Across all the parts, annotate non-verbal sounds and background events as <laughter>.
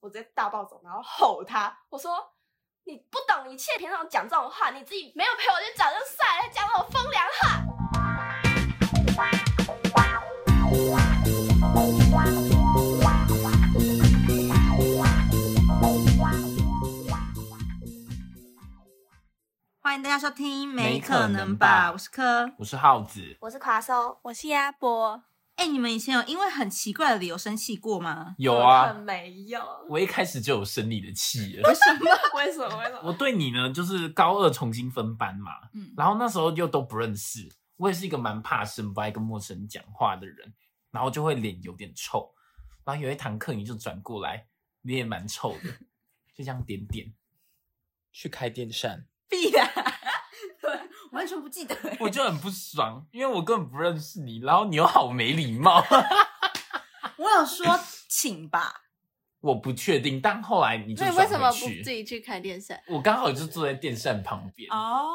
我直接大暴走，然后吼他，我说。你不懂一切，平常讲这种话，你自己没有陪我去讲就算了，还讲那种风凉话。欢迎大家收听，没可可能吧吧？我是柯。我是耗子，我是夸收，我是鸭脖，哎、你们以前有因为很奇怪的理由生气过吗？有我啊，没有。我一开始就有生你的气了。为什么？为什 <laughs> 我么？对你呢，就是高二重新分班嘛，嗯然后那时候又都不认识，我也是一个蛮怕生、不爱跟陌生人讲话的人，然后就会脸有点臭。然后有一堂课你就转过来，你也蛮臭的，就这样点点。 <laughs> 去开电扇，必然， <laughs> 对，完全不记得。我就很不爽，因为我根本不认识你，然后你又好没礼貌。 <laughs> 我有说请吧，我不确定，但后来你就所以转为什么回不去自己去开电扇？我刚好就坐在电扇旁边，哦。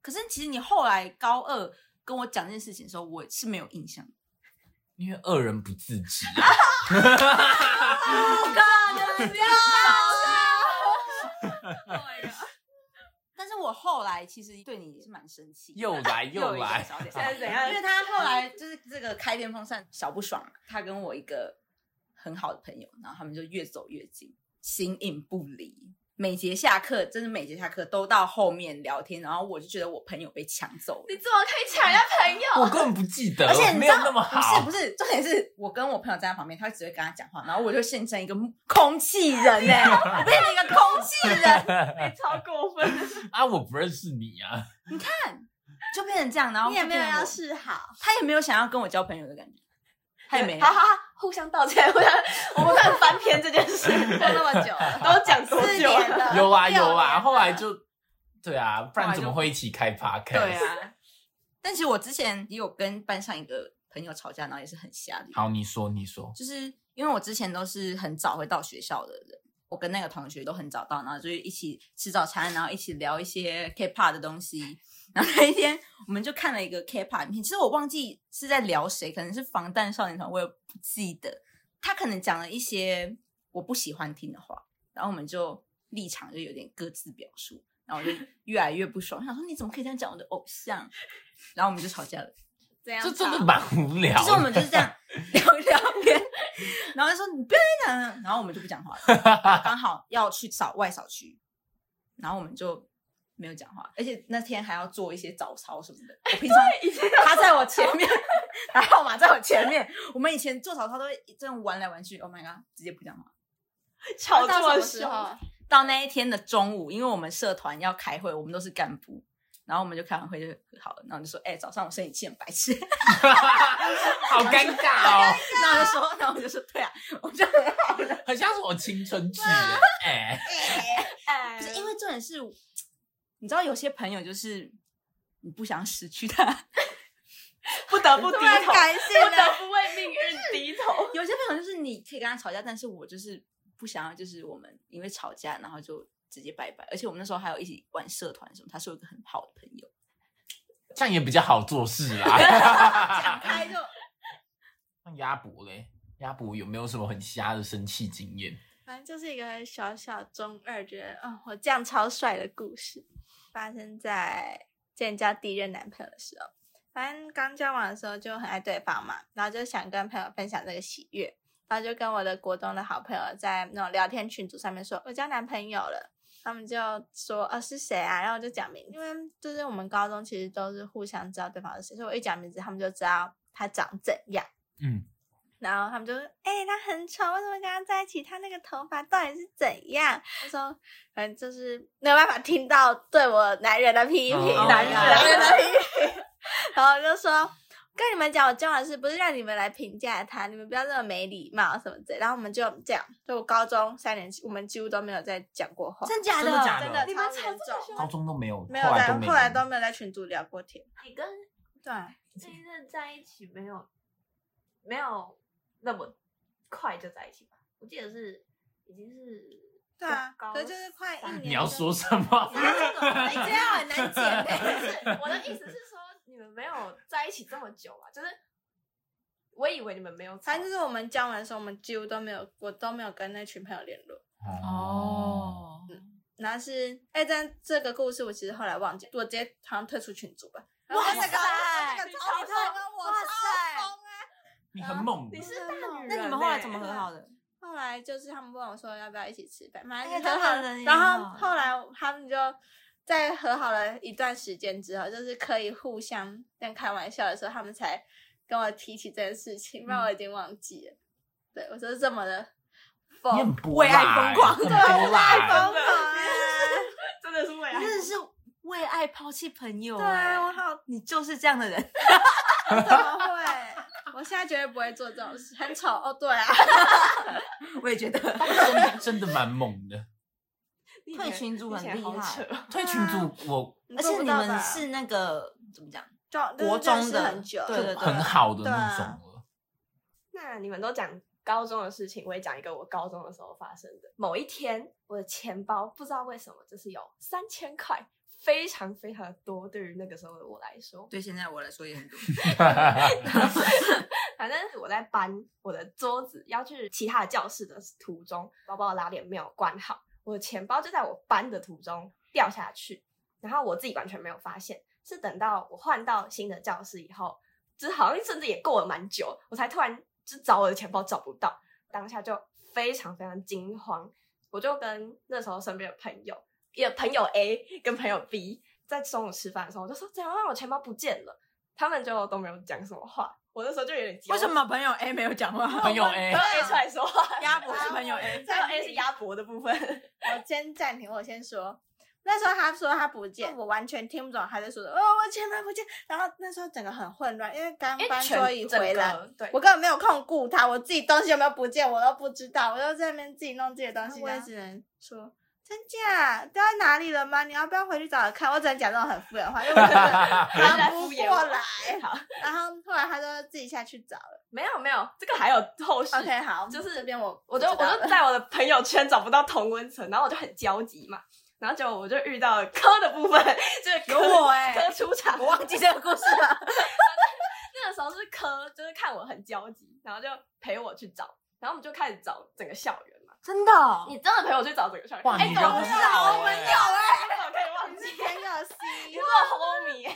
可是其实你后来高二跟我讲这件事情的时候，我是没有印象。因为恶人不自知、 <laughs> 啊。不要！啊 <laughs> 但是我后来其实对你是蛮生气的，又来又有一来啊小点现在是怎样 <laughs> 因为他后来就是这个开电风扇小不爽，他跟我一个很好的朋友，然后他们就越走越近，形影不离。每节下课，真的每节下课都到后面聊天，然后我就觉得我朋友被抢走了你。怎么可以抢人家朋友？我根本不记得，而且你没知有道，那么好。不是不是，重点是我跟我朋友站在旁边，他只会跟他讲话，然后我就现成一个空气人哎、 <laughs> 我变成一个空气人，你超过分！啊，我不认识你啊，就变成这样，然后你也没有就变成要我示好，他也没有想要跟我交朋友的感觉，他也没有好。好好，互相道歉，互相，我们不能翻篇这件事，过那么久 <laughs> 了，都讲多四久年了？了，有啊六有啊，年后来了就对啊，不后然来就怎么会一起开 podcast？对啊， <laughs> 但其实我之前也有跟班上一个朋友吵架，然后也是很瞎的，好，你说你说，就是因为我之前都是很早会到学校的人。我跟那个同学都很早到，然后就是一起吃早餐，然后一起聊一些 K-pop 的东西。然后那一天我们就看了一个 K-pop 影片，其实我忘记是在聊谁，可能是防弹少年团，我也不记得。他可能讲了一些我不喜欢听的话，然后我们就立场就有点各自表述，然后我就越来越不爽，想说你怎么可以这样讲我的偶像？然后我们就吵架 <laughs> 了。这样这吵，真的蛮无聊的。啊 <laughs> 就是我们就是这样聊一聊天，然后就说你不要再讲了，然后我们就不讲话了。 <laughs> 然后刚好要去扫外扫区，然后我们就没有讲话，而且那天还要做一些早操什么的。我平常啊他在我前面， <laughs> 他号码在我前面，我们以前做早操都会这样玩来玩去。Oh my god，直接不讲话。吵到什错么时手，候？到那一天的中午，因为我们社团要开会，我们都是干部，然后我们就开完会就好了，然后我就说，哎、早上我生理期很白痴， <laughs> 好尴尬哦，然后我就说，然后我就说，对啊，我 <laughs> 就很好了。很像是我青春剧耶。啊哎，哎不是因为重点是，你知道有些朋友就是你不想失去他， <laughs> 不得不低突然头，改不姓得了，不为命运低头。有些朋友就是你可以跟他吵架，但是我就是不想要，就是我们因为吵架然后就直接拜拜。而且我们那时候还有一起玩社团什么，他是我一个很好的朋友，这样也比较好做事 <laughs> 啦。啊开就那鸭脖嘞，鸭脖有没有什么很瞎的生气经嗯验？反正就是一个小小中二，觉得哦，我这样超帅的故事，发生在见交第一任男朋友的时候。反正刚交往的时候就很爱对方嘛，然后就想跟朋友分享这个喜悦，然后就跟我的国中的好朋友在那种聊天群组上面说，我交男朋友了。他们就说呃、是谁啊，然后我就讲名字，因为就是我们高中其实都是互相知道对方是谁，所以我一讲名字，他们就知道他长怎样。嗯，然后他们就说：“哎、他很丑，为什么跟他在一起？他那个头发到底是怎样？”我说：“反正就是没有办法听到对我男人的批评，哦男男人人男人的批评。”然后我就说：“跟你们讲，我交往的事不是让你们来评价他，你们不要这么没礼貌什么之类。”然后我们就这样，就我高中三年级，我们几乎都没有再讲过话，真假真的假真的的？你们超吵严这重么凶高中都没有，没有在没后来都没有在群组聊过天。你跟对啊，这一任在一起没有没有那么快就在一起吧？我记得是已经是对啊，高可是就是快一三年。你要说什么？哎，这样很难解不嘞。是我的意思是说，你们没有在一起这么久啊，就是我以为你们没有吵反正就是我们交往的时候，我们几乎都没有，我都没有跟那群朋友联络。哦，嗯然后是，哎、但这个故事我其实后来忘记，我直接好像退出群组吧。哇塞然后那个那个超你疯看啊！我哇塞超疯啊！你很猛，你是大女人、欸那你们后来怎么和？好的？后来就是他们问我说要不要一起吃饭，反哎正很就很好哦的然呀后后来他们就在和好了一段时间之后，就是可以互相在开玩笑的时候，他们才跟我提起这件事情，不然嗯我已经忘记了。对我就是这么的你很疯，波为爱辣疯欸狂很对波太辣欸疯狂啊了。真的是为你真的是为爱抛弃朋友、啊对啊，我哎，好你就是这样的人。 <laughs> 怎么会？我现在绝对不会做这种事，很丑哦。对啊，我也觉 <laughs> 得真的真的蛮猛的。退群组很厉害，退群组我而且你们是那个怎么讲？中国中的很久，对对对啊很好的那种了，那你们都讲高中的事情，我也讲一个我高中的时候发生的。某一天，我的钱包不知道为什么就是有三千块，非常非常的多，对于那个时候的我来说。 <laughs> 对现在我来说也很多。反正我在搬我的桌子要去其他的教室的途中，包包的拉链没有关好，我的钱包就在我搬的途中掉下去，然后我自己完全没有发现，是等到我换到新的教室以后，就是好像甚至也过了蛮久，我才突然就找我的钱包找不到，当下就非常非常惊慌，我就跟那时候身边的朋友，也朋友 A 跟朋友 B 在中午吃饭的时候，我就说怎样让我钱包不见了。他们就都没有讲什么话，我那时候就有点急。为什么朋友 A 没有讲话？朋友朋 A 友 A 出来说话？鸭脖是朋友 A，朋友 A 是鸭脖的部分。 <laughs> 我先暂停，我先说。那时候他说他不见，我完全听不懂他在说什么。哦，我钱包不见。然后那时候整个很混乱，因为刚因为搬全桌椅整回来，个对，我根本没有空顾他，我自己东西有没有不见我都不知道，我就在那边自己弄自己的东西。啊我我也也只能说，真假掉在哪里了吗？你要不要回去找找看？我只能讲这种很敷衍的话，因为我 <laughs> 真的来忙敷不衍过我来。好，然后后来他就自己下去找了。没有没有，这个还有后续。 OK，好，就是这边我我就我不知道就了在我的朋友圈找不到同温层，然后我就很焦急嘛，然后结果我就遇到了科的部分，就是科有我哎 <laughs> 科出场，我忘记这个故事了。那个时候是科，就是看我很焦急，然后就陪我去找，然后我们就开始找整个校园嘛。真的哦？你真的陪我去找整个校园？哇哎你搞人不很好好我们哎有哎，我可以忘 <laughs> 你记是。朋 <laughs> 友你 C，是我 homie，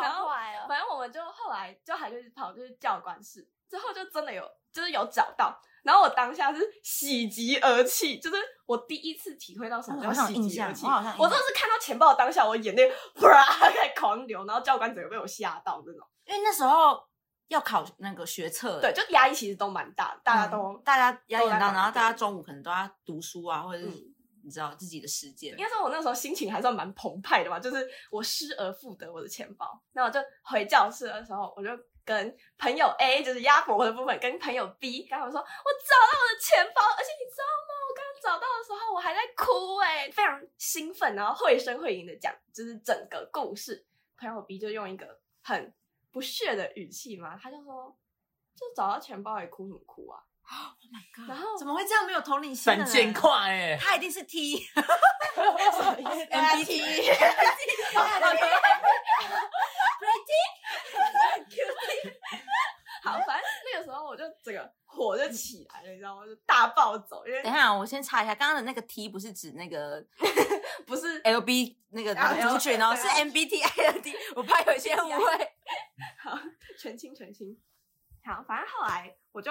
然后好坏哦。反正我们就后来就还就是跑就是教官室，之后就真的有就是有找到。然后我当下是喜极而泣，就是我第一次体会到什么我叫哦好像喜有印极象，而我泣。好像有印象我真的是看到钱包的当下，我眼泪哗 <laughs> 开始狂流，然后教官整个被我吓到那种。因为那时候要考那个学测，欸嗯对，，就压力其实都蛮大的，大家都、大家压力都很在大，忙然后大家中午可能都要读书啊，或者是嗯你知道自己的时间应。该说，我那时候心情还算蛮澎湃的吧，就是我失而复得我的钱包。那我就回教室的时候，我就跟朋友 A，就是鸭脖的部分，跟朋友 B，刚好说，我找到我的钱包，而且你知道吗？我刚刚找到的时候，我还在哭哎、非常兴奋，然后绘声绘影的讲，就是整个故事。朋友 B 就用一个很不屑的语气嘛，他就说，就找到钱包也哭什么哭啊？然后怎么会这样没有同理心的三人？千块哎，他一定是 <laughs> T ，MBT，好，反正那个时候我就整个火就起来了，你知道吗？就大暴走，因为等一下，我先查一下，刚刚的那个 T 不是指那个不是 LB 那个啊族群哦，对啊是 MBTI 的 <laughs> T，我怕有一些误 <laughs> 会。好， <laughs> 全清全清。好，反正后来我就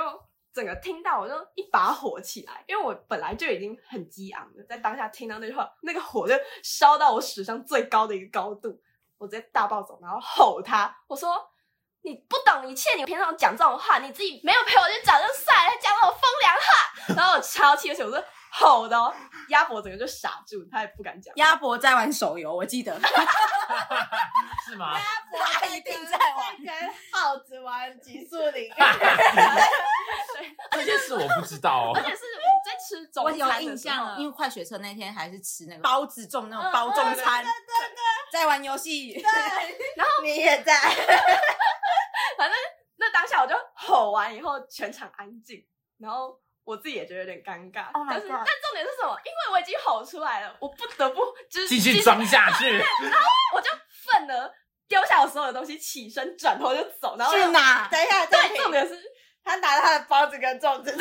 整个听到，我就一把火起来，因为我本来就已经很激昂了，在当下听到那句话，那个火就烧到我史上最高的一个高度，我直接大暴走，然后吼他，我说。你不懂一切，你平常讲这种话，你自己没有陪我去讲就算了，还讲我风凉话，然后我超气，而且我是吼的哦，鸭脖整个就傻住，他也不敢 <laughs> 讲。鸭脖在玩手游，我记 <laughs> 得是吗？他一定在玩。跟耗子玩极速领 <laughs> 域。这件事我不知道而 <laughs> 哦。且是在吃中我餐的时候， <laughs> 有印象了，因为快学车那天还是吃那个嗯包子粽那种包粽餐，在玩游 <laughs> 戏。你也在，那当下我就吼完以后，全场安静，然后我自己也觉得有点尴尬。 Oh my 但是 God 但重点是什么？因为我已经吼出来了，我不得不就是继续，装下去，我就愤而丢下下我所有的东西，起身转头就走，然后去哪？等一下，对，重重点是他拿了他的包子跟粽子，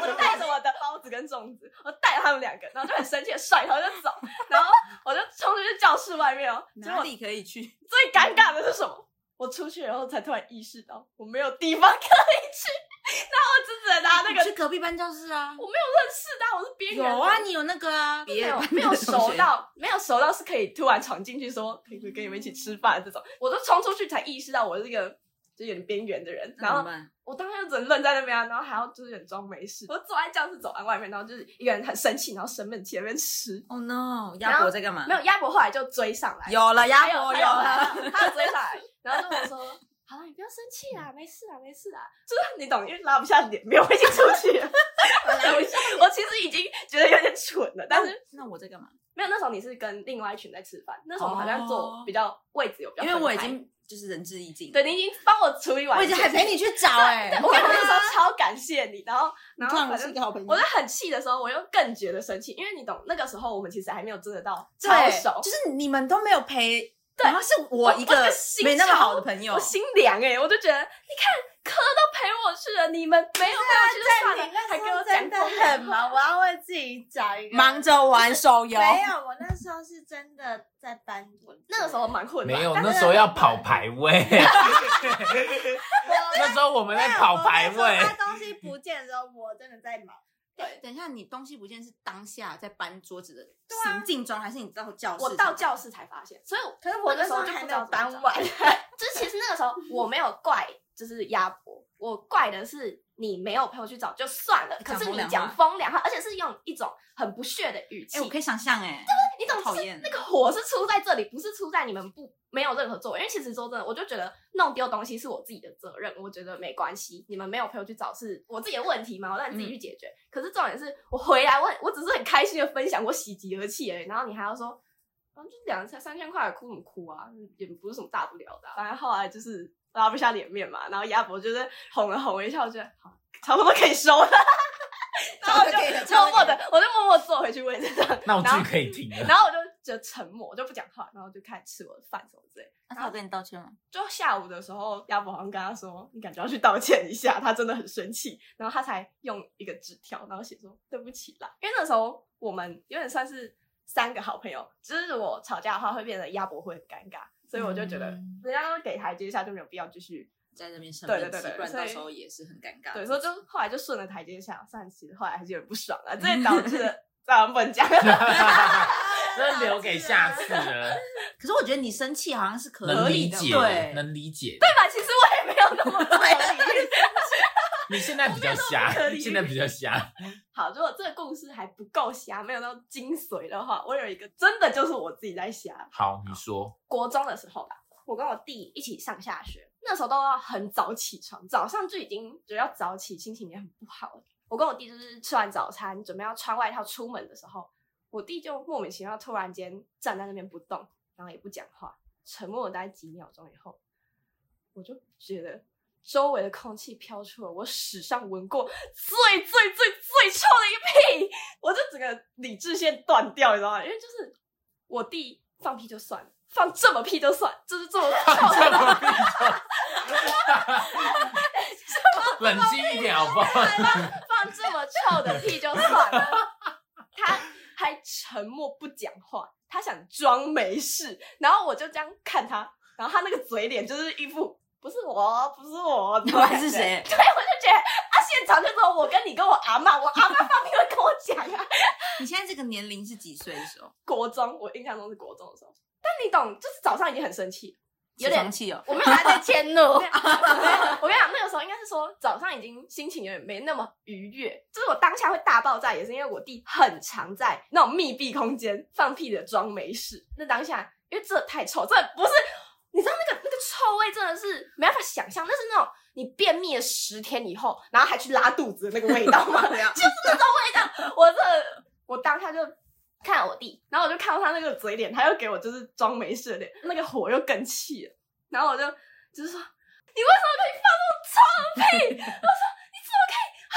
我带着我的包子跟粽子，我带着他们两个，然后就很生气，甩头就走，然后我就冲出去教室外面哦。结哪果里可以去？最尴尬的是什么？我出去然后才突然意识到我没有地方可以去， <laughs> 然后我只只能拿那你个去隔壁班教室啊。我没有认识到，我是边缘人。有啊，你有那个啊，没别的有班没有的同熟学。到，没有熟到是可以突然闯进去说可以不可以跟你们一起吃饭这种，我都冲出去才意识到我是一个就有点边缘的人，那然怎么后办？我当时就只能愣在那边、啊，然后还要就是有点装没事，我坐在教室走廊外面，然后就是一个人很生气，然后生闷气在那边吃，哦 no，鸭脖在干嘛？没有鸭脖后来就追上来，有了鸭还有脖还有哦有啊了，还有他有追上来，然后跟我说。好了，你不要生气啦，没事啦，没事啦。就是你懂，因为拉不下脸，没有，我已经出 <laughs> 去了。我我其实已经觉得有点蠢了，但是 <laughs> 那我在干嘛？没有，那时候你是跟另外一群在吃饭，那时候我们好像哦坐比较位置有比较因分为开，我已经就是人至义尽，对你已经帮我处理完，我已经还陪你去找 <laughs> 哎、对，我跟你那时候超感谢你，然后然后反正个好朋我在很气的时候，我又更觉得生气，因为你懂，那个时候我们其实还没有真的到超对，熟就，是你们都没有陪，对然后是我一我我个的心没那么超好的朋友我，心凉哎、我就觉得你看科都陪我去了，你们没有陪我去就算了，还跟我讲真的公很忙，我要为自己找一个忙。着玩手游，没有，我那时候是真的在班我那个时候蛮混乱，没有，但那是时候要跑排位，那时候我们在跑排没有我那位时候，他东西不见的时候，我真的在忙。对，等一下，你东西不见是当下在搬桌子的对啊行进中，还是你到教室？我到，教室才发现，所以可是我我那那时时候候就还不知没道怎有么搬找完， <laughs> 就是其实那个时候我没有怪，就是鸭脖，我怪的是你没有陪我去找就算了，可讲是风你凉讲话风凉话，而且是用一种很不屑的语哎、气，我可以想象哎、你懂，好就讨是厌那个火是出在这里，不是出在你们不没有任何作为。因为其实说真的，我就觉得弄丢东西是我自己的责任，我觉得没关系，你们没有陪我去找是我自己的问题嘛，我让嗯你自己去解决。可是重点是我回来，我很我只是很开心的分享我喜极而泣而已，然后你还要说。然后就两三三千块，哭什么哭啊？也不是什么大不了的啊、反正后来就是拉不下脸面嘛，然后鸭脖就是哄了哄了一下，我觉得好，差不多可以收了。 <laughs> 然后我就差不多可以了差默默不多可以了的，我就默默地坐回去位置上。那我然后剧可以停了。然后我就就沉默，我就不讲话，然后就开始吃我的饭什么之类。那他有跟你道歉吗？就下午的时候，鸭脖好像跟他说：“你感觉要去道歉一下，他真的很生气。”然后他才用一个纸条，然后写说：“对不起啦。”因为那时候我们有点算是三个好朋友，就是如果吵架的话会变得鸭脖会很尴尬，所以我就觉得嗯人家都给台阶下就没有必要继续。在那边生对闷对对对气不然所以到时候也是很尴尬。对，所以就后来就顺了台阶下，虽然其实后来还是有点不爽啊，这也导致了 <laughs> 这样不能讲。 <laughs> 那留给下次了，可是我觉得你生气好像是可能以理的，解，对，能理解。对吧？其实我也没有那么不合理。你现在比较我瞎没有那么合，理现在比较瞎。好，如果这个故事还不够瞎，没有到精髓的话，我有一个真的就是我自己在瞎。好，你说，国中的时候吧，我跟我弟一起上下学，那时候都要很早起床，早上就已经觉得要早起，心情也很不好了。我跟我弟就是吃完早餐，准备要穿外套出门的时候，我弟就莫名其妙突然间站在那边不动，然后也不讲话，沉默了大概几秒钟以后，我就觉得周围的空气飘出了我史上闻过最最最最臭的一屁，我就整个理智线断掉，你知道吗？因为就是我弟放屁就算了，放这么屁就算，就是这么臭这的。么闭哦嘴冷静一点好不好？放这么臭的屁就算了，他还沉默不讲话，他想装没事，然后我就这样看他，然后他那个嘴脸就是一副不是我，哦不是我，到底是？谁？对，我就觉得啊，现场就只有我跟你跟我阿妈，我阿妈放屁会跟我讲啊。 <laughs> 你现在这个年龄是几岁的时候？国中，我印象中是国中的时候，但你懂，就是早上已经很生气，有起点床气哦。我没有他在 <laughs> 迁怒我跟你讲我跟你讲，那个时候应该是说早上已经心情有点没那么愉悦，就是我当下会大爆炸，也是因为我弟很常在那种密闭空间放屁的装没事。那当下因为这太臭，这不是你知道那个那个臭味真的是没办法想象，那是那种你便秘了十天以后，然后还去拉肚子的那个味道 <laughs> 吗？不要 <laughs> 我这我当下就看我弟，然后我就看到他那个嘴脸，他又给我就是装没事的脸，那个火又更气了，然后我就就是说你为什么可以放那种臭的屁？我说你怎么可以？啊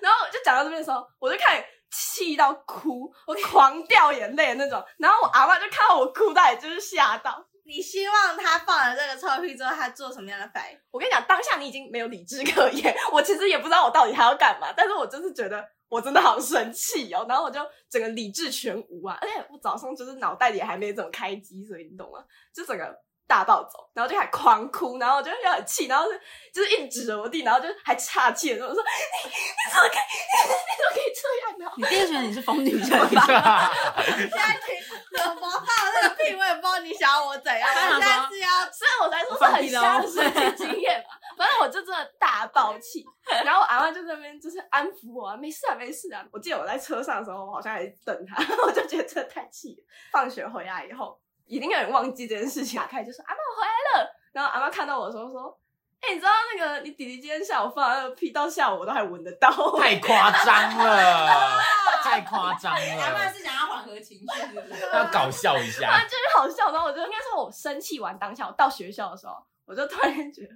然后我就讲到这边的时候，我就看。气到哭，我狂掉眼泪的那种。然后我阿妈就看到我哭，她也就是吓到。你希望他放了这个臭屁之后，他做什么样的反应？我跟你讲，当下你已经没有理智可言，我其实也不知道我到底还要干嘛，但是我就是觉得我真的好生气哦，然后我就整个理智全无啊，而且我早上就是脑袋里还没怎么开机，所以你懂吗？就整个大暴走，然后就还狂哭，然后我就又很气，然后就就是一直指着我弟，然后就还岔气的时候，我说你你怎么可以 <laughs> 你怎么可以这样呢、你第一觉得你是 <laughs> 疯女人吧？现在听怎么 <laughs> 放那个屁，我也不知道你想要我怎样。我现在是要虽然我来说是很瞎的生命经验吧，反正我就真的大爆气。然后我阿妈就在那边就是安抚我、啊，没事啊，没事啊。我记得我在车上的时候，我好像还等她， <laughs> 我就觉得真的太气了。放学回来以后，一定有人忘记这件事情，打开就说阿妈我回来了。然后阿妈看到我的时候说。哎、你知道那个你弟弟今天下午放的那个屁，到下午我都还闻得到。太夸 <laughs> 张了，太夸张 <laughs> 阿妈了，是想要缓和情绪，是不 <laughs> 是？要搞笑一啊， <laughs> 下。就是好笑。然后我就应该说，我生气完当下，我到学校的时候，我就突然间觉得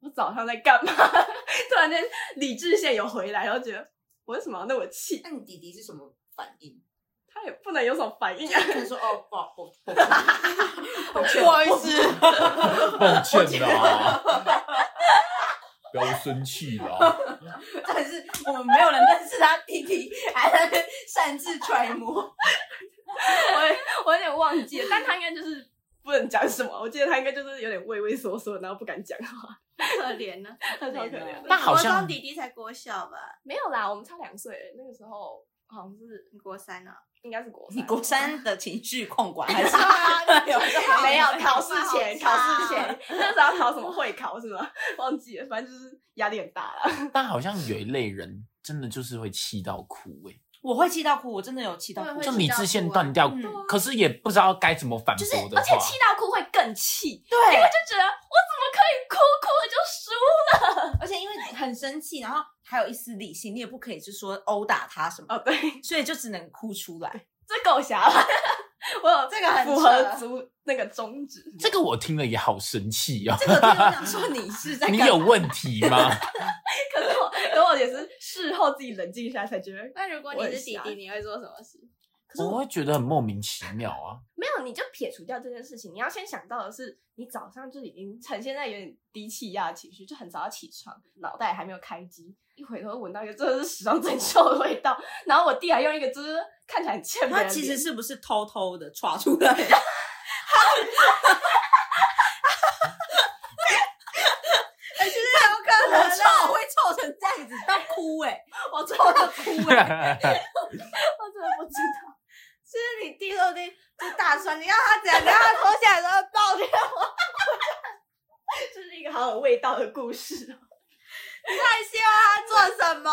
我早上在干嘛？ <laughs> 突然间理智线有回来，然后觉得我为什么要那么气？那你弟弟是什么反应？ <laughs> 他也不能有什么反应就啊。是说哦，不好，不不 <laughs> 抱歉，好意思，抱歉啦，不要生气哦啦。但是我们没有人认识他弟弟，还在那边擅自揣摩。我也我有点忘记了，但他应该就是不能讲什么。我记得他应该就是有点畏畏缩缩，然后不敢讲话，可怜 <laughs> 呢。他超可怜的。但好像国中弟弟才国小吧，没有啦，我们差两岁，那个时候好像是你国三啊呢？应该是国你国三的情绪控管还是对啊， <laughs> 你有没有考试前，考试好差前那时候要考什么会考是吗？忘记了，反正就是压力很大啦。但好像有一类人真的就是会气到哭哎、我会气到哭，我真的有气到哭啊会就气。理智线断掉，嗯可是也不知道该怎么反就是，驳的而且话。气到哭会更气，因为就对，觉得我怎么可以哭，哭了就输而且因为很生气，然后还有一丝理性，你也不可以就说殴打他什么，哦，对，所以就只能哭出来。这够瞎了。 <laughs> 我有这个很扯符合足那个宗旨，这个我听了也好生气 <laughs> 哦。这个对我想说， <laughs> 你是在你干有嘛问题吗？可是我，可是我也是事后自己冷静一下才觉得，那如果我你也是弟是啊弟，你会做什么 <laughs> 事？可是我我会觉得很莫名其妙啊。没有，你就撇除掉这件事情，你要先想到的是，你早上就已经呈现在有点低气压的情绪，就很早要起床，脑袋还没有开机，一回头闻到一个真的是史上最臭的味道，然后我弟还用一个就是看起来很欠扁的他脸，<laughs> 其实是不是偷偷的刷出来？哎，其实有可 <laughs> 我能啊臭，我会臭成这样子到哭欸 <laughs> 哎、我真的哭欸了，我真的不知道。就是你弟说不定就大酸，你让他怎样，你让他脱下来都会爆掉。这是一个好有味道的故事哦。太希望他做什么？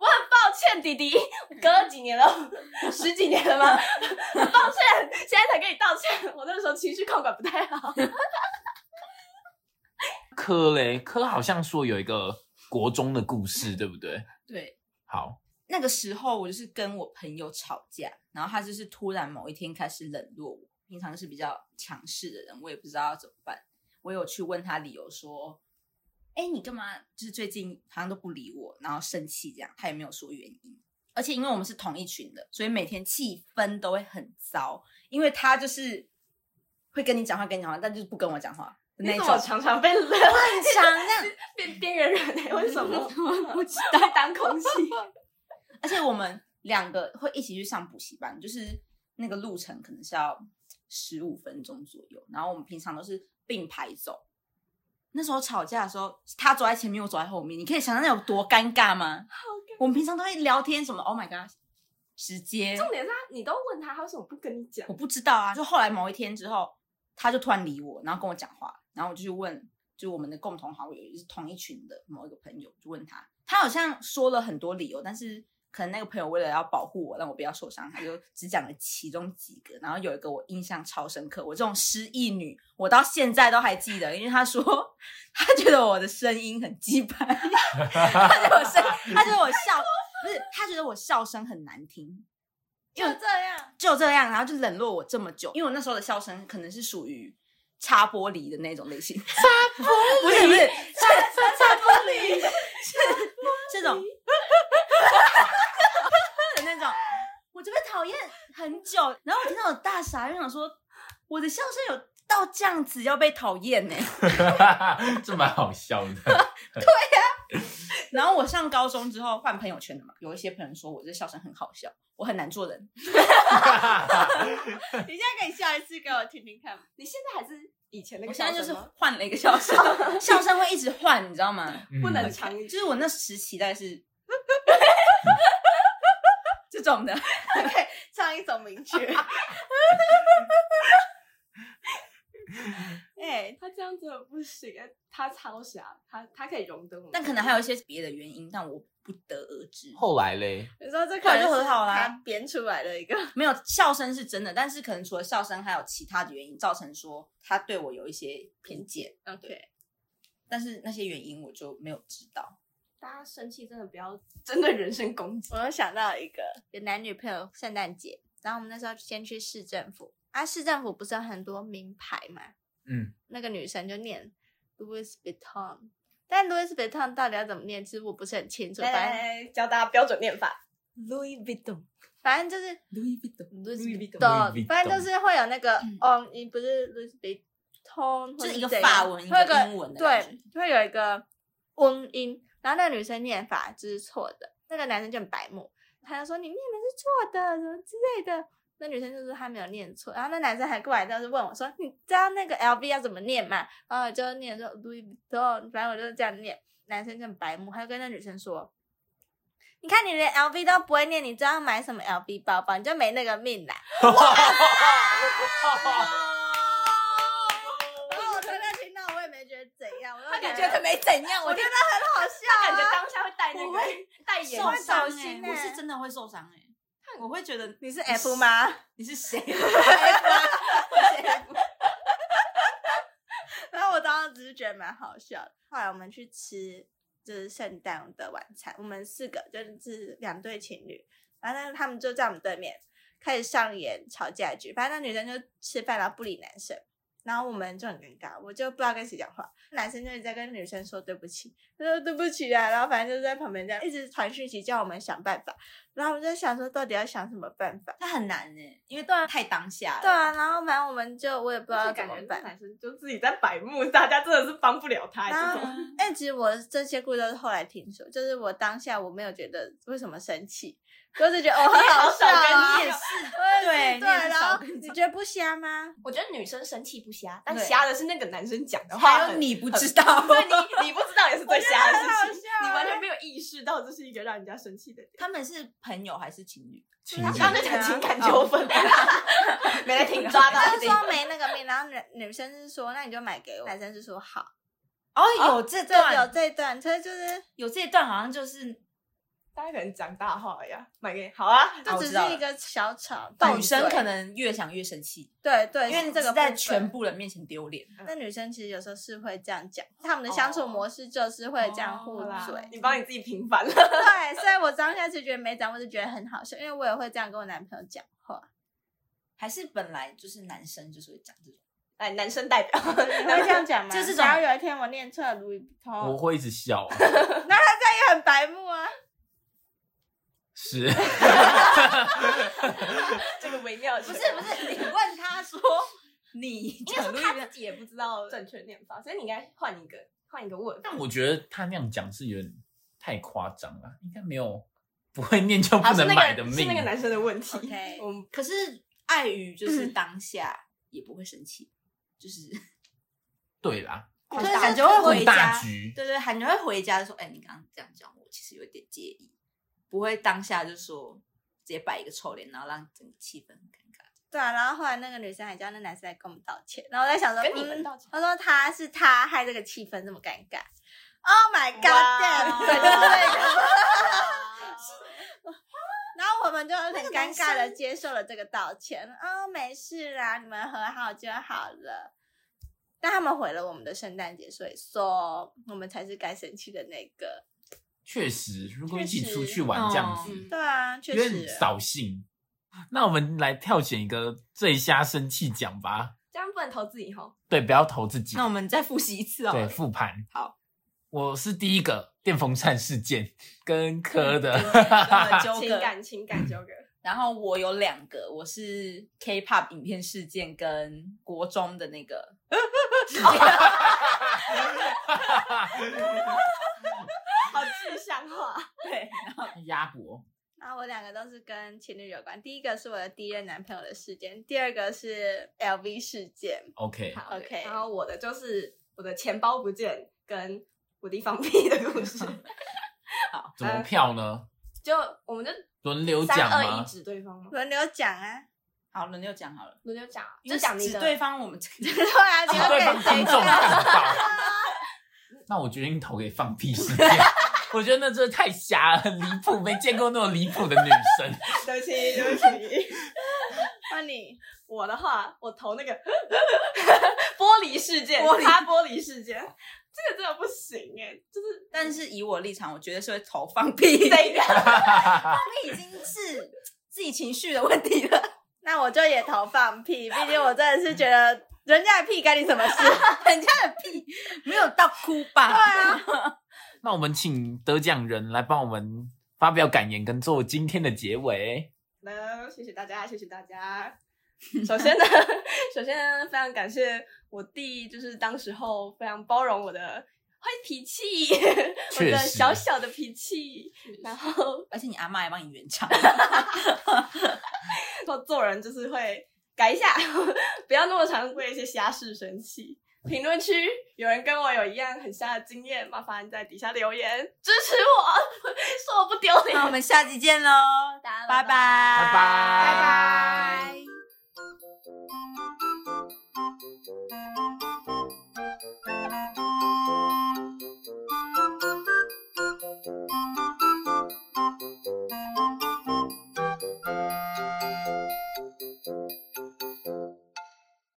我很抱歉，弟弟，隔了 <laughs> 几年了，十几年了吗？ <laughs> 很抱歉，现在才跟你道歉。我那时候情绪控管不太 <laughs> 好。科嘞，科好像说有一个国中的故事，对不对？对，好， <laughs> 那个时候我就是跟我朋友吵架，然后他就是突然某一天开始冷落我。平常是比较强势的人，我也不知道要怎么办。我有去问他理由，说：“哎，你干嘛？就是最近好像都不理我，然后生气这样。”他也没有说原因。而且因为我们是同一群的，所以每天气氛都会很糟。因为他就是会跟你讲话，跟你讲话，但就是不跟我讲话的那你种怎。么常常被冷我很常 <laughs> 这样，变 <laughs> 边缘人、 <laughs> 欸？为什么？不知道当空气。而且我们两个会一起去上补习班，就是那个路程可能是要十五分钟左右，然后我们平常都是并排走。那时候吵架的时候，他走在前面，我走在后面，你可以想象那有多尴尬吗？我们平常都会聊天什么，Oh my god，直接 <laughs> 重点是他，你都问他，他为什么不跟你讲我？不知道啊。就后来某一天之后，他就突然理我，然后跟我讲话，然后我就去问，就我们的共同好友，也是同一群的某一个朋友，就问他，他好像说了很多理由，但是可能那个朋友为了要保护我，让我不要受伤，他就只讲了其中几个，然后有一个我印象超深刻，我这种失忆女，我到现在都还记得，因为他说他觉得我的声音很鸡掰， <laughs> 他觉得我声，他觉得我笑。不是，他觉得我笑声很难听， <laughs> 就这样，就这样，然后就冷落我这么久。因为我那时候的笑声可能是属于擦玻璃的那种类型，擦玻璃不是不是 <laughs> 擦擦擦玻璃，是这种的那种，我就被讨厌很久。然后我听到我大傻，就想说我的笑声有到到这样子要被讨厌呢。这蛮好笑的。然后我上高中之后换朋友圈了嘛，有一些朋友说我这笑声很好笑，我很难做人。你现在可以笑一次给我听听看 <laughs> 吗？你现在还是以前那我个现笑在声吗？就是换了一个笑声，笑声会一直换，你知道吗？不能嗯长语，就是我那时期待 <laughs> 是这种的，唱一首名曲。 <laughs> 哎、 <laughs> 他这样子不行，欸他超傻，他他可以容得我们，但可能还有一些别的原因，但我不得而知。后来嘞，你说这后可来能就和是好啦他编出来的一个，没有笑声是真的，但是可能除了笑声，还有其他的原因造成说他对我有一些偏见， OK，但是那些原因我就没有知道。大家生气真的不要针对人身攻击。我又想到一个，有男女朋友圣诞节，然后我们那时候先去市政府，啊，市政府不是有很多名牌嘛， <laughs> 嗯，那个女生就念 Louis Vuitton，但 Louis Vuitton 到底要怎么念，其实我不是很清楚，反正来，教大家标准念法：Louis Vuitton，Louis 反正就是 Vuitton。 Louis Vuitton 反正就是会有那个，哦，你不是 Louis Vuitton，就是或一个怎法样文一会有个个英文的感对，会有一个翁音，然后那个女生念法就是错的，那个男生就很白目，他就说你念的是错的，什么之类的。那女生就说她没有念错，然后那男生还过来就是问我说：“你知道那个 LV 要怎么念吗？”然后我就念说 Louis Vuitton，反正我就是这样念。男生就很白目，他就跟那女生说：“你看你连 LV 都不会念，你知道买什么 LV 包包，你就没那个命啦。”然后我刚刚听到，我也没觉得怎样，我就他感觉觉他得 <laughs> 没怎样，我我就觉得很好笑、 <laughs> 感觉啊。当下会戴那我个戴眼受罩，伤小哎、心欸我是真的会受伤哎、我会觉得你是 F 吗？你是谁？ <laughs> 然后我当时只是觉得蛮好笑的。后来我们去吃就是圣诞的晚餐，我们四个就是两对情侣，然后但是他们就在我们对面开始上演吵架剧。反正那女生就吃饭然后不理男生，然后我们就很尴尬，我就不知道跟谁讲话。男生就一直在跟女生说对不起，他说对不起啊，然后反正就在旁边这样一直传讯息叫我们想办法。然后我们就想说到底要想什么办法？他很难哎、因为对太当下了。对 <laughs> 啊，然后反正我们就我也不知道就是感怎么觉那办。男生就自己在摆目，大家真的是帮不了他。然这后种嗯，但其实我这些故事都是后来听说，就是我当下我没有觉得为什么生气，就是觉得 <laughs> 哦很好笑啊，你也是，对，对对，你也是然少后跟你觉得不瞎 <laughs> 吗？我觉得女生生气不瞎，但对瞎的是那个男生讲的话 <laughs> 还有很，你不知道，对 <laughs> 你你不知道也是最瞎的事情，我觉得很好笑你完全没有意识到这是一个让人家生气的点。他们是朋友还是情侣？情他侣刚才讲情感纠纷，没来 <laughs> 听抓到他这是一说没那个命，然后女女生是说那你就买给我，男生是说好，哦，有这这有段，啊这一段，所以就是有这一段，好像就是 <laughs> 大家可能讲大话呀，买给好啊， <laughs> 哦这我只知道是一个小吵，斗女生嘴可能越想越生气，对对，因为是这个在部分全。部人面前丢脸。那女生其实有时候是会这样讲，他们的相处哦模式就是会这样哦互好啦嘴，你帮你自己平反了。对，所以我当下是觉得没讲，我就觉得很好笑，因为我也会这样跟我男朋友讲话，还是本来就是男生就是会讲这种， <laughs> 哎，男生代 <laughs> 表， <laughs> 你会这样讲吗？就是这种假如有一天我念错了 Louis 我 Vuitton，会一直笑啊，也很白目啊。是 <laughs> 这个微妙不不是不是，你问他说 <laughs> 你应该讲说路他边自己也不知道正确念法，所以你应该换一个换一个问法但。我觉得他那样讲是有点太夸张了，应该没有不会念就不是能那买的个命啊啊是那个。男生的问题。 OK 我们可是碍于就是当下也不会生气，就是对啦，顾就是大感觉会顾回大家，局，对对，感觉会回家就说，哎，你刚刚这样讲我，其实有点介意，不会当下就说直接摆一个臭脸，然后让整个气氛很尴尬。对啊，然后后来那个女生还叫那男生来跟我们道歉，然后我在想说，跟你们道歉嗯，他说他是他害这个气氛这么尴尬。Oh my god！damn，对就是那个然后我们就很尴尬的接受了这个道歉，哦，没事啦，你们和好就好了。但他们毁了我们的圣诞节，所以说我们才是该生气的那个。确实，如果一起确实出去玩这样子，嗯对啊，确有点实。扫兴。那我们来挑选一个最瞎生气奖吧。这样不能投自己吼。对，不要投自己那。我们再复习一次哦。对，复盘。好，我是第一个电风扇事件跟科的，我纠情葛。感情感纠葛。然后我有两个，我是 K-pop 影片事件跟国中的那个， <laughs> 好具象化，对，然后鸭脖，然后我两个都是跟情侣有关，第一个是我的第一任男朋友的事件，第二个是 LV 事件。 OK，好 OK 然后我的就是我的钱包不见跟我地放屁的故 <laughs> 事，怎么票呢？就我们就轮流三讲二一吗？指对方嘛，轮流讲啊， <laughs> <laughs> 好轮流讲好了，我就讲因就为讲你指的对方我们 <laughs> 这个对啊，你请要对给方谁听众啊看？看到。那我决定投给放屁事件， <laughs> 我觉得那真的太瞎了，很离谱，没见过那么离谱的女生。对不 <laughs> 起对不起。那你我的话，我投那个 <laughs> 玻璃事件，玻璃擦 <laughs> 玻璃事件，这个真的不行哎、就是但是以我立场，我绝对是会投放屁，这 <laughs> 个已经是自己情绪的问题了。那我就也投放屁，毕竟我真的是觉得人家的屁干你什么事？ <laughs> 人家的屁没有到哭吧？对啊，那我们请得奖人来帮我们发表感言，跟做今天的结尾。呢，谢谢大家，谢谢大家。首先呢， <laughs> 首先呢，非常感谢我弟，就是当时候非常包容我的坏脾气，我确的实小小的脾气，然后而且你阿妈也帮你圆场，说做人就是会改一下， <laughs> 不要那么常为一些瞎事生气。评论区有人跟我有一样很瞎的经验，麻烦在底下留言支持我， <laughs> 说我不丢脸 <laughs> 那。我们下期见 <laughs> 喽，大家拜拜，拜拜拜拜拜。